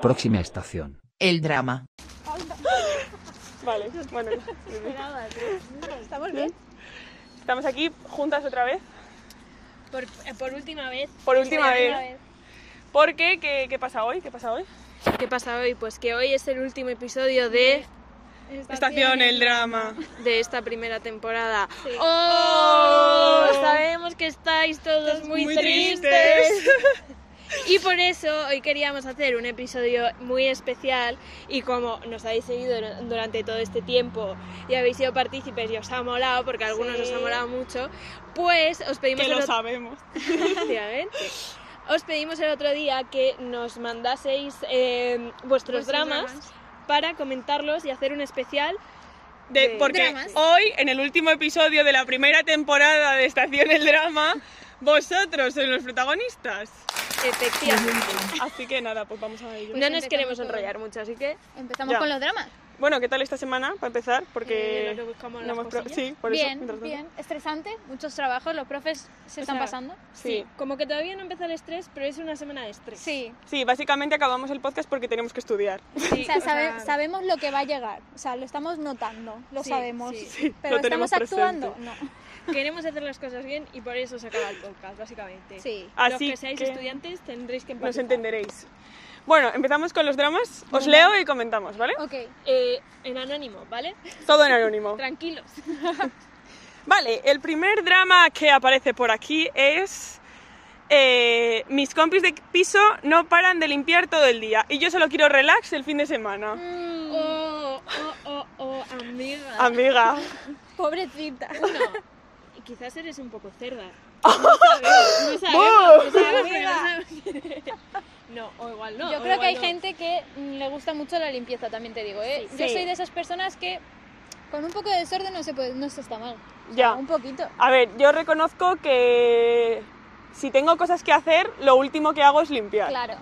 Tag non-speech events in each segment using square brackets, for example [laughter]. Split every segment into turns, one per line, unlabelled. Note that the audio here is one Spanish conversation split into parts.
Próxima estación.
El drama.
Vale, bueno.
¿Estamos bien?
Estamos aquí juntas otra vez.
Por, eh, por última vez.
Por última vez. ¿Por qué? ¿Qué, qué pasa hoy? ¿Qué pasa hoy?
¿Qué pasa hoy? Pues que hoy es el último episodio de,
Estación El Drama.
de esta primera temporada.
Sí.
¡Oh! Sabemos que estáis todos muy, tristes.
[laughs]
Y por eso hoy queríamos hacer un episodio muy especial y como nos habéis seguido dur- durante todo este tiempo y habéis sido partícipes y os ha molado, porque a algunos
Sí.
os ha molado mucho, pues os
Que
pedimos el
lo
otro-
sabemos.
Efectivamente. Os pedimos el otro día que nos mandaseis eh, vuestros
Vuestros
dramas,
dramas.
para comentarlos y hacer un especial.
De-
De
porque
dramas.
hoy, en el último episodio de la primera temporada de Estación El Drama, vosotros sois los protagonistas.
Efectivamente.
Así que nada, pues vamos a ello.
Pues
no nos
empezamos
queremos
con-
enrollar mucho, así que...
Empezamos
Ya.
con los dramas.
Bueno, ¿qué tal esta semana? Para empezar, porque...
Eh, lo que buscamos
no
las
hemos pro-
cosillas.
Sí, por eso.
bien,
mientras tanto.
bien. Estresante, muchos trabajos, los profes se están
sea,
pasando.
Sí.
Como que todavía no empieza el estrés, pero es una semana de estrés.
Sí,
Sí, básicamente acabamos el podcast porque tenemos que estudiar.
o sea, sabe- sabemos lo que va a llegar, o sea, lo estamos notando, lo
Sí,
sabemos,
sí.
pero
lo tenemos
estamos actuando, no.
Queremos hacer las cosas bien y por eso se acaba el podcast, básicamente.
Sí.
Los
Así
que seáis
que
estudiantes tendréis que empezar.
nos entenderéis. Bueno, empezamos con los dramas. Os leo y comentamos, ¿vale?
Ok,
Eh, en anónimo, ¿vale?
Todo en anónimo.
Tranquilos.
Vale, el primer drama que aparece por aquí es... eh, mis compis de piso no paran de limpiar todo el día y yo solo quiero relax el fin de semana.
Mm.
Oh, oh, oh, oh, amiga.
Amiga,
pobrecita.
Uno, y quizás eres un poco cerda. No sabemos, no sabemos, no sabemos, porque no sabemos. [laughs] No, o igual no.
[laughs] Yo
o
creo
igual
que hay
no.
gente que mm, le gusta mucho la limpieza, también te digo, ¿eh?
Sí.
Yo
Sí.
soy de esas personas que con un poco de desorden no se puede, no se está mal.
ya.
Un poquito.
A ver, yo reconozco que si tengo cosas que hacer, lo último que hago es limpiar.
Claro.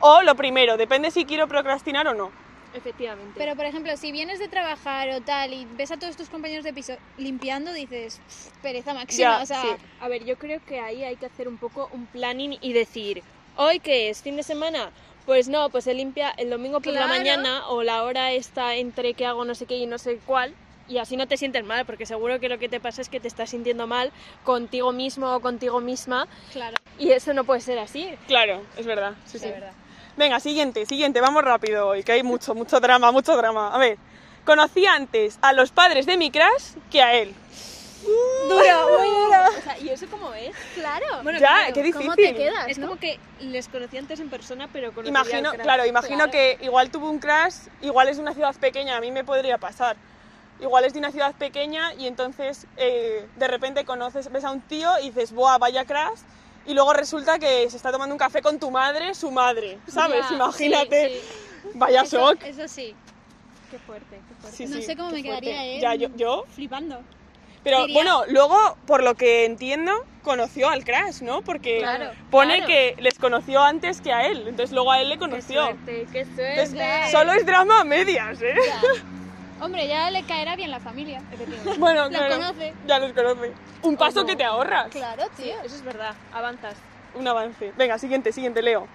O lo primero, depende si quiero procrastinar o no.
Efectivamente.
Pero por ejemplo, si vienes de trabajar o tal y ves a todos tus compañeros de piso limpiando, dices, "Pff, pereza máxima,
Ya,
o sea,
sí.
A ver, yo creo que ahí hay que hacer un poco un planning y decir, ¿hoy qué es? ¿Fin de semana? Pues no, pues se limpia el domingo por la
Claro.
mañana o la hora está entre que hago no sé qué y no sé cuál. Y así no te sientes mal, porque seguro que lo que te pasa es que te estás sintiendo mal contigo mismo o contigo misma.
claro.
Y eso no puede ser así.
Claro, es verdad. Sí,
la
sí.
verdad.
Venga, siguiente, siguiente, vamos rápido hoy, que hay mucho, mucho drama, mucho drama. A ver, conocí antes a los padres de mi crush que a él.
Duro, muy duro.
O sea, ¿y eso cómo es?
Claro.
Bueno,
ya,
claro,
qué difícil.
¿Cómo te quedas?
Es
no?
como que les conocí antes en persona, pero conocí
Imagino, claro, imagino que igual tuvo un crush, igual es de una ciudad pequeña, a mí me podría pasar. Igual es de una ciudad pequeña y entonces eh, de repente conoces, ves a un tío y dices, ¡buah, vaya crush! Y luego resulta que se está tomando un café con tu madre, su madre, ¿sabes?
Ya, sí,
Imagínate, vaya
eso,
shock.
eso sí.
Qué fuerte, qué fuerte.
Sí,
no
sí,
sé cómo
qué
me
fuerte.
quedaría, ¿eh?
Ya, yo- yo
Flipando.
Pero
Diría-
bueno, luego, por lo que entiendo, conoció al Crash, ¿no? Porque
Claro,
pone
claro.
que les conoció antes que a él, entonces luego a él le conoció.
suerte, qué suerte.
Entonces, solo es drama a medias, ¿eh?
[laughs] Ya.
[laughs]
Hombre, ya le caerá bien la familia.
Bueno,
Los
claro.
conoce.
Ya los conoce. Un paso
no.
que te ahorras.
Claro,
Sí,
tío.
eso es verdad, avanzas.
Un avance. Venga, siguiente, siguiente, Leo.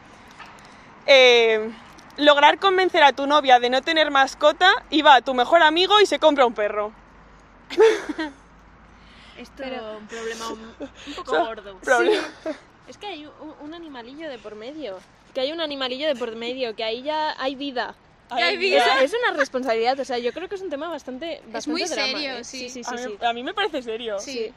Eh, lograr convencer a tu novia de no tener mascota y va a tu mejor amigo y se compra un perro.
Esto es un problema un, un poco
sea,
gordo.
Problema.
Es que hay un, un animalillo de por medio. Que hay un animalillo de por medio, que ahí ya hay vida.
Ay,
O
ya.
sea, es una responsabilidad, o sea, yo creo que es un tema bastante, bastante
muy
drama,
serio,
¿eh?
sí.
Sí, sí,
A
sí.
mí-
sí.
A mí me parece serio.
Sí.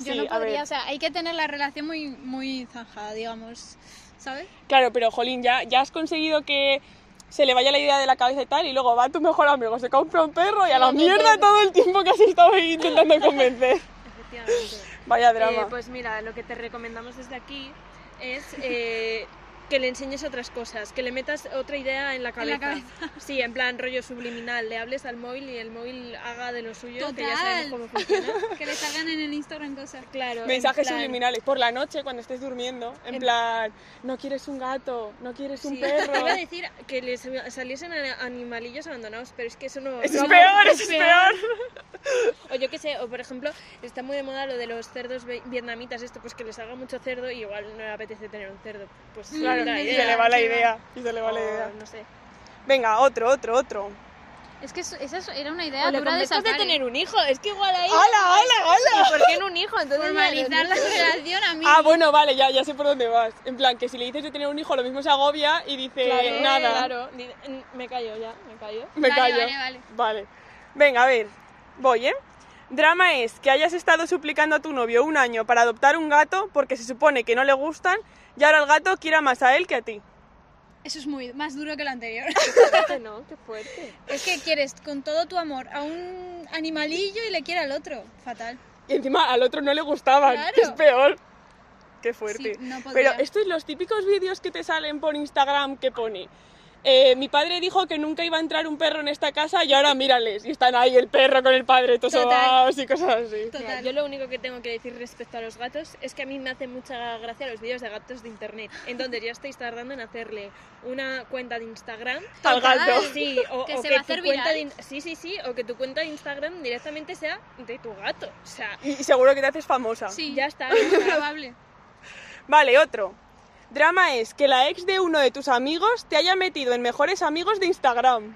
Yo
Sí,
no
a ver.
podría, o sea, hay que tener la relación muy, muy zanjada, digamos, ¿sabes?
Claro, pero Jolín, ya, ya has conseguido que se le vaya la idea de la cabeza y tal, y luego va tu mejor amigo, se compra un perro y a la mierda todo el tiempo que has estado ahí intentando
[laughs]
convencer.
Efectivamente.
Vaya
Eh,
drama.
pues mira, lo que te recomendamos desde aquí es [laughs] eh, que le enseñes otras cosas, que le metas otra idea en la cabeza. Sí, en plan rollo subliminal, le hables al móvil y el móvil haga de lo suyo, que ya sabemos cómo
Total.
funciona.
[laughs] Que le salgan en el Instagram cosas.
Claro. en
Mensajes
plan-
subliminales por la noche cuando estés durmiendo, en,
En-
plan, no quieres un gato, no quieres un
Sí,
perro.
[laughs] Iba a decir que les saliesen a- animalillos abandonados, pero es que eso
[laughs]
no...
Eso es
no-
peor, eso es peor.
O yo qué sé, o por ejemplo, está muy de moda lo de los cerdos vi- vietnamitas, esto, pues que les haga mucho cerdo y igual no le apetece tener un cerdo. Pues [laughs]
Mm,
claro,
claro,
la
y
idea.
se le va la
sí,
idea. Y se le va la
O,
idea.
No sé.
Venga, otro, otro, otro.
Es que eso- esa es- era una
O
idea
le
pues
dura de
convences
sacar. ¿eh?
de tener un hijo. Es que igual ahí.
¡Hala, hala, hala!
¿Y por qué en un hijo?
¿eh?
Entonces
[laughs]
Formalizar la
no, no sé.
relación a mí.
Ah, bueno, vale, ya, ya sé por dónde vas. En plan, que si le dices de tener un hijo, lo mismo se agobia y dice
Claro,
Eh, nada.
Claro. Dice, "Mm, Me callo ya, me callo.
Me
Vale,
callo.
vale, vale.
Vale. Venga, a ver. Voy, ¿eh? Drama es que hayas estado suplicando a tu novio un año para adoptar un gato porque se supone que no le gustan y ahora el gato quiera más a él que a ti.
Eso es muy más duro que lo anterior.
Fuerte, ¿no? Qué fuerte.
es que quieres con todo tu amor a un animalillo y le quiere al otro. Fatal.
Y encima al otro no le gustaban,
Claro.
que es peor. Qué fuerte.
Sí, no podría.
Pero estos los típicos vídeos que te salen por Instagram que pone. eh, mi padre dijo que nunca iba a entrar un perro en esta casa y ahora mírales. Y están ahí el perro con el padre, todos
Total.
sobaos y cosas así.
Total.
Mira, yo lo único que tengo que decir respecto a los gatos es que a mí me hacen mucha gracia los vídeos de gatos de internet. Entonces ya estáis tardando en hacerle una cuenta de Instagram.
Al
Total.
gato.
Sí, o
Que
o
se va a hacer
tu cuenta
viral.
de, in- sí, sí, sí, o que tu cuenta de Instagram directamente sea de tu gato. O sea,
Y y seguro que te haces famosa.
Sí,
ya
[laughs]
está.
es probable.
Vale, otro. Drama es que la ex de uno de tus amigos te haya metido en mejores amigos de Instagram.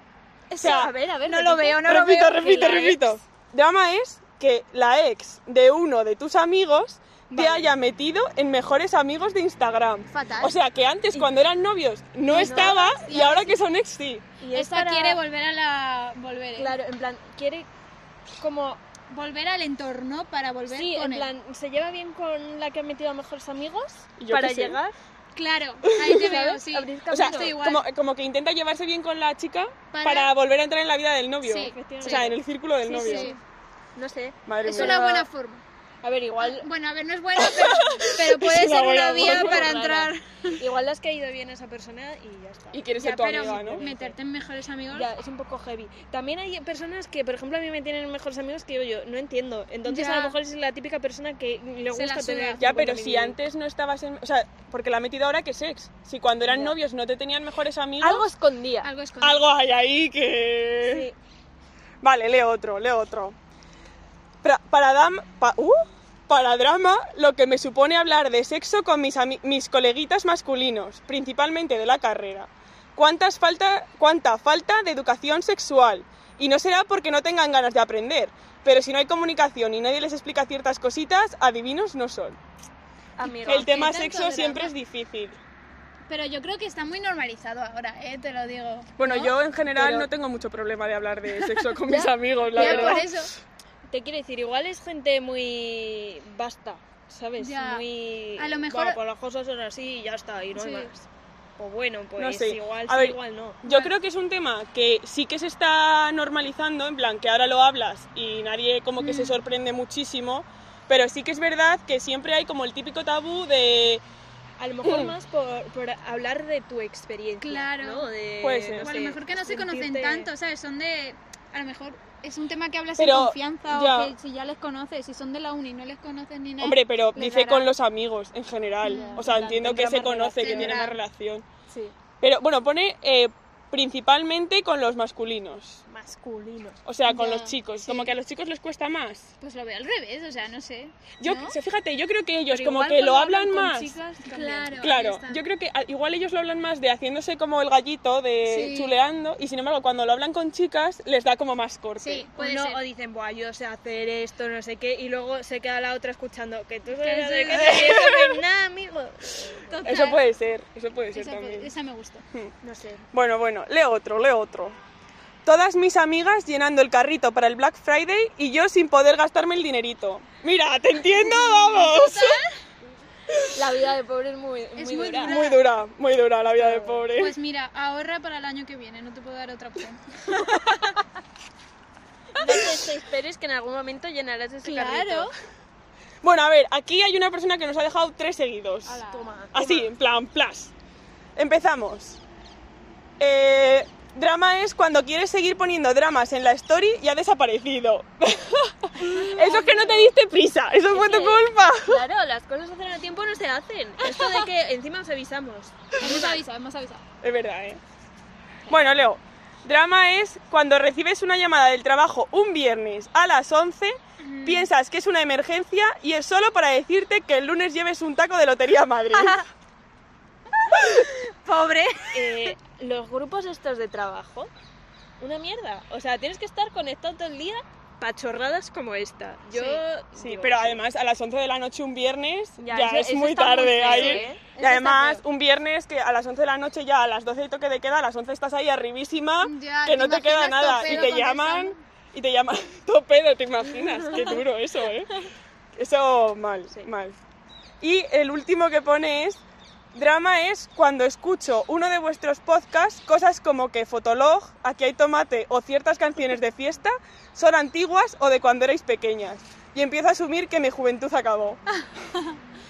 O
sea,
a ver, a ver.
no lo
repite.
veo, no lo
repito,
veo.
repito,
que la
repito. Drama es que la ex de uno de tus amigos te
Vale.
haya metido en mejores amigos de Instagram.
Fatal.
O sea, que antes cuando eran novios no
no,
estaba y
y ahora
ahora que son ex sí.
Y es
Esta
para-
quiere volver a la. Volver, ¿eh?
Claro, en plan, quiere como
volver al entorno para volver
Sí, en
con él.
plan, ¿se lleva bien con la que ha metido a mejores amigos
Yo
para
qué sé.
llegar?
Claro, ahí te veo,
[laughs] ¿Sabes?
sí.
Abrir
O sea,
camino.
estoy igual.
como, como que intenta llevarse bien con la chica para,
Para-
volver a entrar en la vida del novio.
Sí,
o
efectivamente.
sea, en el círculo del
Sí,
novio.
sí.
No sé.
Madre
Es
mía.
una buena forma.
A ver, igual...
Bueno, a ver, no es buena,
[laughs]
pero, pero
Es
puede
una
ser
buena
Ah, una vía
forma.
para
Rara.
entrar.
Igual le has caído bien a esa persona y ya está.
Y quieres
Ya,
ser tu
pero
amiga, ¿no?
meterte en mejores amigos.
Ya, es un poco heavy. También hay personas que, por ejemplo, a mí me tienen mejores amigos que yo, yo no entiendo. Entonces,
Ya.
a lo mejor es la típica persona que le
Se la
gusta
suda.
tener...
Ya,
50.000
pero si antes no estabas en... O sea, porque la ha metido ahora que es ex. Si cuando eran
Ya.
novios no te tenían mejores amigos...
Algo escondía.
Algo escondido.
algo hay ahí que...
Sí.
Vale, leo otro, leo otro. Pra- para, dam- pa- uh, para drama, lo que me supone hablar de sexo con mis, ami- mis coleguitas masculinos, principalmente de la carrera. ¿Cuántas falta, ¿Cuánta falta de educación sexual? Y no será porque no tengan ganas de aprender, pero si no hay comunicación y nadie les explica ciertas cositas, adivinos no son.
Amigo.
El tema
tanto
sexo
drama?
siempre es difícil.
Pero yo creo que está muy normalizado ahora, ¿eh? te lo digo.
Bueno,
¿No?
yo en general
Pero-
no tengo mucho problema de hablar de sexo [laughs] con mis amigos, la
Ya,
verdad.
por eso.
Te quiero decir, igual es gente muy basta, ¿sabes?
Ya.
Muy...
A lo mejor-
"Buah, pues las cosas son así y ya está, y no hay
Sí.
más. Pues bueno, pues
No sé.
igual
A
sí,
ver,
igual no.
Yo creo que es un tema que sí que se está normalizando, en plan que ahora lo hablas y nadie como que se
Mm.
sorprende muchísimo, pero sí que es verdad que siempre hay como el típico tabú de
A lo [clears throat] mejor más por, por hablar de tu experiencia,
Claro.
¿no? De,
Puede ser.
no
O a lo
sé,
mejor que no se conocen
sentirte-
tanto, ¿sabes? Son de. A lo mejor es un tema que hablas
Pero,
en confianza
ya.
o que si ya les conoces, si son de la uni y no les conoces ni nada.
hombre, pero
Les
dice
dará.
con los amigos en general,
Ya,
o sea,
en plan,
entiendo que
tendrá
se
más
conoce, que
relación.
tiene más
Tendrá.
relación,
Sí,
pero bueno, pone eh, principalmente con los masculinos,
masculino.
o sea, con
Ya,
los chicos, como que a los chicos les cuesta más.
Pues lo veo al revés, o sea, no sé.
Yo,
¿No?
se- fíjate, yo creo que ellos
Pero
como
igual
que lo
cuando
hablan
con
más.
chicas, también.
Claro.
Claro,
ahí está.
yo creo que a- igual ellos lo hablan más de haciéndose como el gallito, de
Sí.
chuleando, y sin embargo cuando lo hablan con chicas les da como más corte.
Sí,
O,
puede
no,
ser.
o dicen, Buah, yo sé hacer esto, no sé qué, y luego se queda la otra escuchando que tú no
Que
sabes hacer
sí.
[laughs] eso, que nada, amigo.
Total.
Eso puede ser, eso puede ser
Esa,
también.
esa me gusta.
No sé.
Bueno, bueno, leo otro, leo otro. Todas mis amigas llenando el carrito para el Black Friday y yo sin poder gastarme el dinerito. Mira, te entiendo, vamos.
La vida de pobre es muy, muy,
muy
dura.
dura.
Muy dura, muy dura la vida de pobre.
Pues mira, ahorra para el año que viene, no te puedo dar
[laughs]
otra opción.
No te esperes que en algún momento llenarás ese carrito.
Bueno, a ver, aquí hay una persona que nos ha dejado tres seguidos.
Ala.
Toma.
Así, en plan, plas. Empezamos. Eh, drama es cuando quieres seguir poniendo dramas en la story y ha desaparecido. [laughs] eso es que no te diste prisa, eso fue tu
que-
culpa.
Claro, las cosas hacen a tiempo no se hacen. Esto de que encima os avisamos.
Hemos avisado, hemos avisado.
Es verdad, ¿eh? Bueno, Leo. Drama es cuando recibes una llamada del trabajo un viernes a las 11, piensas que es una emergencia y es solo para decirte que el lunes lleves un taco de lotería a Madrid.
Pobre.
Eh, los grupos estos de trabajo, una mierda. O sea, tienes que estar conectado todo el día para chorradas como esta. Yo.
Sí,
Sí,
digo,
pero además a las 11 de la noche un viernes
Ya,
ya,
eso-
es
eso
muy
está muy
tarde.
feo,
ahí.
¿eh?
Y
Eso
además
está
un viernes que a las 11 de la noche ya a las 12 hay toque de queda, a las 11 estás ahí arribísima,
Ya,
[laughs] que no te queda
imaginas
nada. Y
Topedo
te
con
llaman,
esa-
y te llaman [laughs] topedo, ¿te imaginas?
[laughs]
Qué duro eso, ¿eh? Eso mal,
Sí.
mal. Y el último que pone es, drama es cuando escucho uno de vuestros podcasts, cosas como que Fotolog, Aquí hay tomate o ciertas canciones de fiesta son antiguas o de cuando erais pequeñas. Y empiezo a asumir que mi juventud acabó.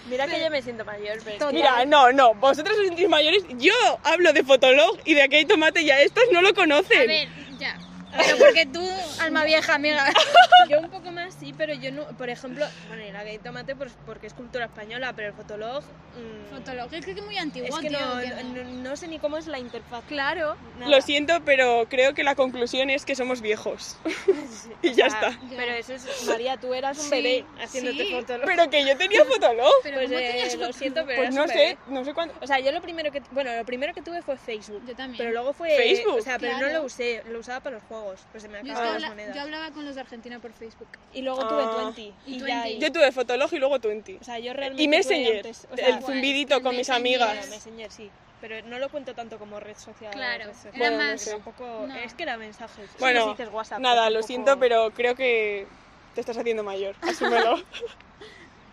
Mira que yo me siento mayor, pero. es que-
Mira, no, no, vosotros sois mis mayores, yo hablo de Fotolog y de Aquí hay tomate ya estos no lo conocen.
A ver, ya. Pero porque tú, alma vieja, amiga.
[laughs]
Yo un poco más sí, pero yo no. Por ejemplo, bueno, y la gay tomate pues, porque es cultura española, pero el fotolog. mm,
Fotólogo, creo que es muy antiguo,
es que
tío,
no,
que no.
no- no sé ni cómo es la interfaz.
Claro.
nada.
Lo siento, pero creo que la conclusión es que somos viejos. [laughs]
[laughs]
y
O
ya
sea,
está.
Pero eso es. María, tú eras un
Sí,
bebé haciéndote
sí.
fotolog.
Pero que yo
[laughs]
tenía Fotolog.
Pero
Pues
¿cómo
eh,
tenías
lo
foto-
siento, pero
Pues
eras
no
un
sé,
bebé.
no sé cuándo.
O sea, yo lo primero que bueno, lo primero que tuve fue Facebook.
Yo también.
Pero luego fue
¿Facebook?
o sea, pero no
Claro.
lo usé, lo usaba para los juegos, pues se me
yo,
acababan
es que
las
habla-
monedas.
yo hablaba con los de Argentina por Facebook.
Y luego
Ah.
tuve 20
Y
y,
20.
ya ahí.
Yo tuve Fotolog y luego Twenty.
o sea, yo realmente
Y
tuve
Messenger,
antes, o sea,
el
fue-
zumbidito
el
con mis
Messenger.
bueno,
amigas.
Messenger sí, pero no lo cuento tanto como red social.
Claro,
red social.
era
Bueno, no
más.
sé.
Tampoco,
no.
es que era mensajes. Sí,
Bueno,
no dices WhatsApp,
Nada,
pero
lo
tampoco-
siento, pero creo que te estás haciendo mayor.
[laughs]
Asúmelo.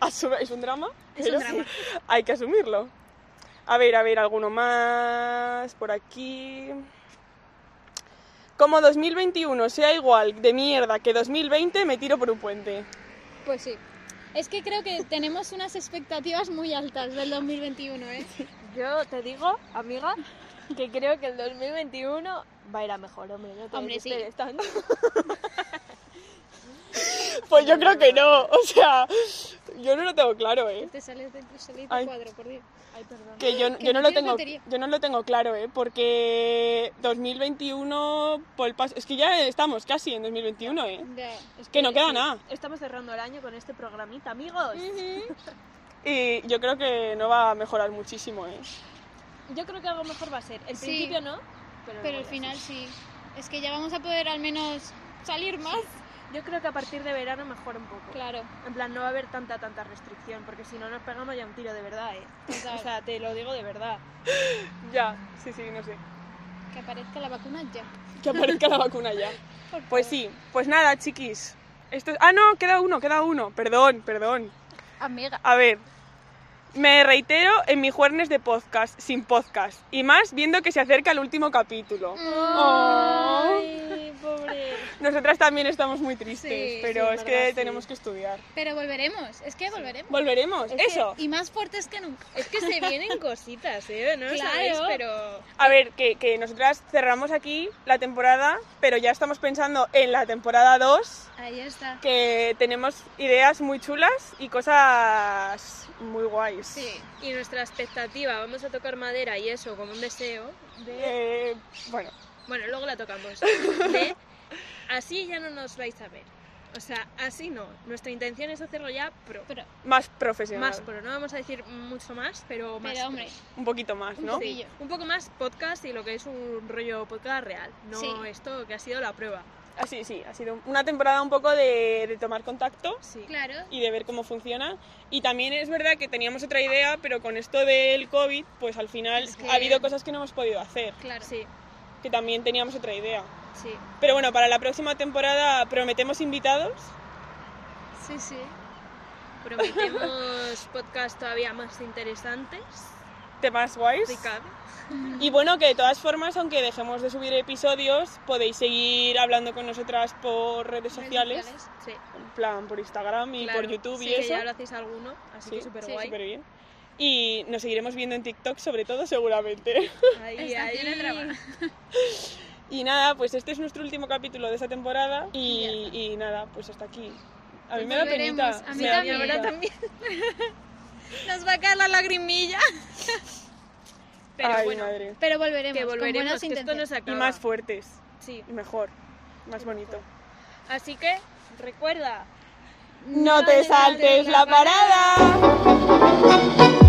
Asume- ¿Es un drama?
Es un
pero
drama.
Hay que asumirlo. A ver, a ver, alguno más por aquí. Como 2021 sea igual de mierda que 2020, me tiro por un puente.
Pues sí. Es que creo que tenemos unas expectativas muy altas del 2021,
[laughs]
¿eh?
yo te digo, amiga, que creo que el 2021 va a ir a mejor, hombre, no te
Hombre, sí.
desesperes tanto.
Pues yo creo que no. O sea, yo no lo tengo claro, ¿eh?
Te sales del solito
Ay.
cuadro, por Dios.
Ay, perdón.
Que yo,
Que
yo
no
no lo
tienes
tengo,
batería.
yo no lo tengo claro, ¿eh? Porque 2021, por el paso- es que ya estamos casi en 2021, ¿eh?
Ya.
Es
que no queda nada.
Estamos cerrando el año con este programita, amigos.
Y yo creo que no va a mejorar muchísimo, ¿eh?
Mm. Yo creo que algo mejor va a ser. El
Sí.
principio no, pero,
Pero
luego
al
ya
final
sí.
sí. Es que ya vamos a poder al menos salir más.
Yo creo que a partir de verano mejora un poco.
Claro.
En plan, no va a haber tanta, tanta restricción, porque si no nos pegamos ya un tiro de verdad, ¿eh?
Total.
O sea, te lo digo de verdad.
Ya, sí, sí, no sé.
que aparezca la vacuna ya.
Que aparezca la vacuna ya.
por
Pues
favor.
sí, pues nada, chiquis. Esto ah, no, queda uno, queda uno. Perdón, perdón.
Amiga.
A ver. Me reitero en mi juernes de podcast, sin podcast. Y más viendo que se acerca el último capítulo.
Oh.
Ay, pobre.
Nosotras también estamos muy tristes,
Sí,
pero
sí,
es
verdad,
que
sí.
tenemos que estudiar.
Pero volveremos, es que volveremos.
Volveremos,
Es que-
eso.
Y más fuertes que nunca.
[laughs] Es que se vienen cositas, ¿eh? No lo
Claro.
sabéis, pero...
A ver, que, que nosotras cerramos aquí la temporada, pero ya estamos pensando en la temporada 2,
Ahí está.
que tenemos ideas muy chulas y cosas muy guays.
Sí.
Y nuestra expectativa, vamos a tocar madera y eso como un deseo de...
Eh, bueno,
Bueno, luego la
[laughs]
tocamos. De... Así ya no nos vais a ver. O sea, así no. Nuestra intención es hacerlo ya pro.
Pero,
más profesional.
Más pro, no vamos a decir mucho más, pero más
pero
pro.
hombre,
Un poquito más,
un
¿no?
poquillo.
Un poco más podcast y lo que es un rollo podcast real, no
Sí.
esto que ha sido la prueba.
Así, sí, ha sido una temporada un poco de, de tomar contacto
Sí.
Claro.
y de ver cómo funciona. Y también es verdad que teníamos otra idea, pero con esto del COVID, pues al final
Es que-
ha habido cosas que no hemos podido hacer,
Claro.
Sí,
que también teníamos otra idea.
sí.
Pero bueno, para la próxima temporada prometemos invitados.
Sí, sí.
[laughs]
Prometemos podcast todavía más interesantes,
temas guays.
si cabe.
Y bueno, que de todas formas, aunque dejemos de subir episodios, podéis seguir hablando con nosotras por redes sociales,
Redes sociales.
Sí,
en plan por Instagram y
claro.
por YouTube
Sí,
y
que
eso.
ya lo hacéis alguno, así
Sí,
que súper
sí,
guay.
Súper bien. Y nos seguiremos viendo en TikTok, sobre todo, seguramente.
Ahí,
Esta tiene
ahí.
trabajo.
Y nada, pues este es nuestro último capítulo de esta temporada. Y, y nada, pues hasta aquí. A mí me da
Volveremos.
penita.
A mí
me da
también. [laughs]
penita.
Ahora
también.
Nos va a caer la lagrimilla.
[laughs] Pero
Ay,
bueno,
madre.
Pero volveremos.
que
con
volveremos,
buenas
que esto no
intenciones.
se
Y
acaba.
más fuertes.
Sí.
Y mejor. Más bonito.
Así que, recuerda,
¡No te saltes la parada!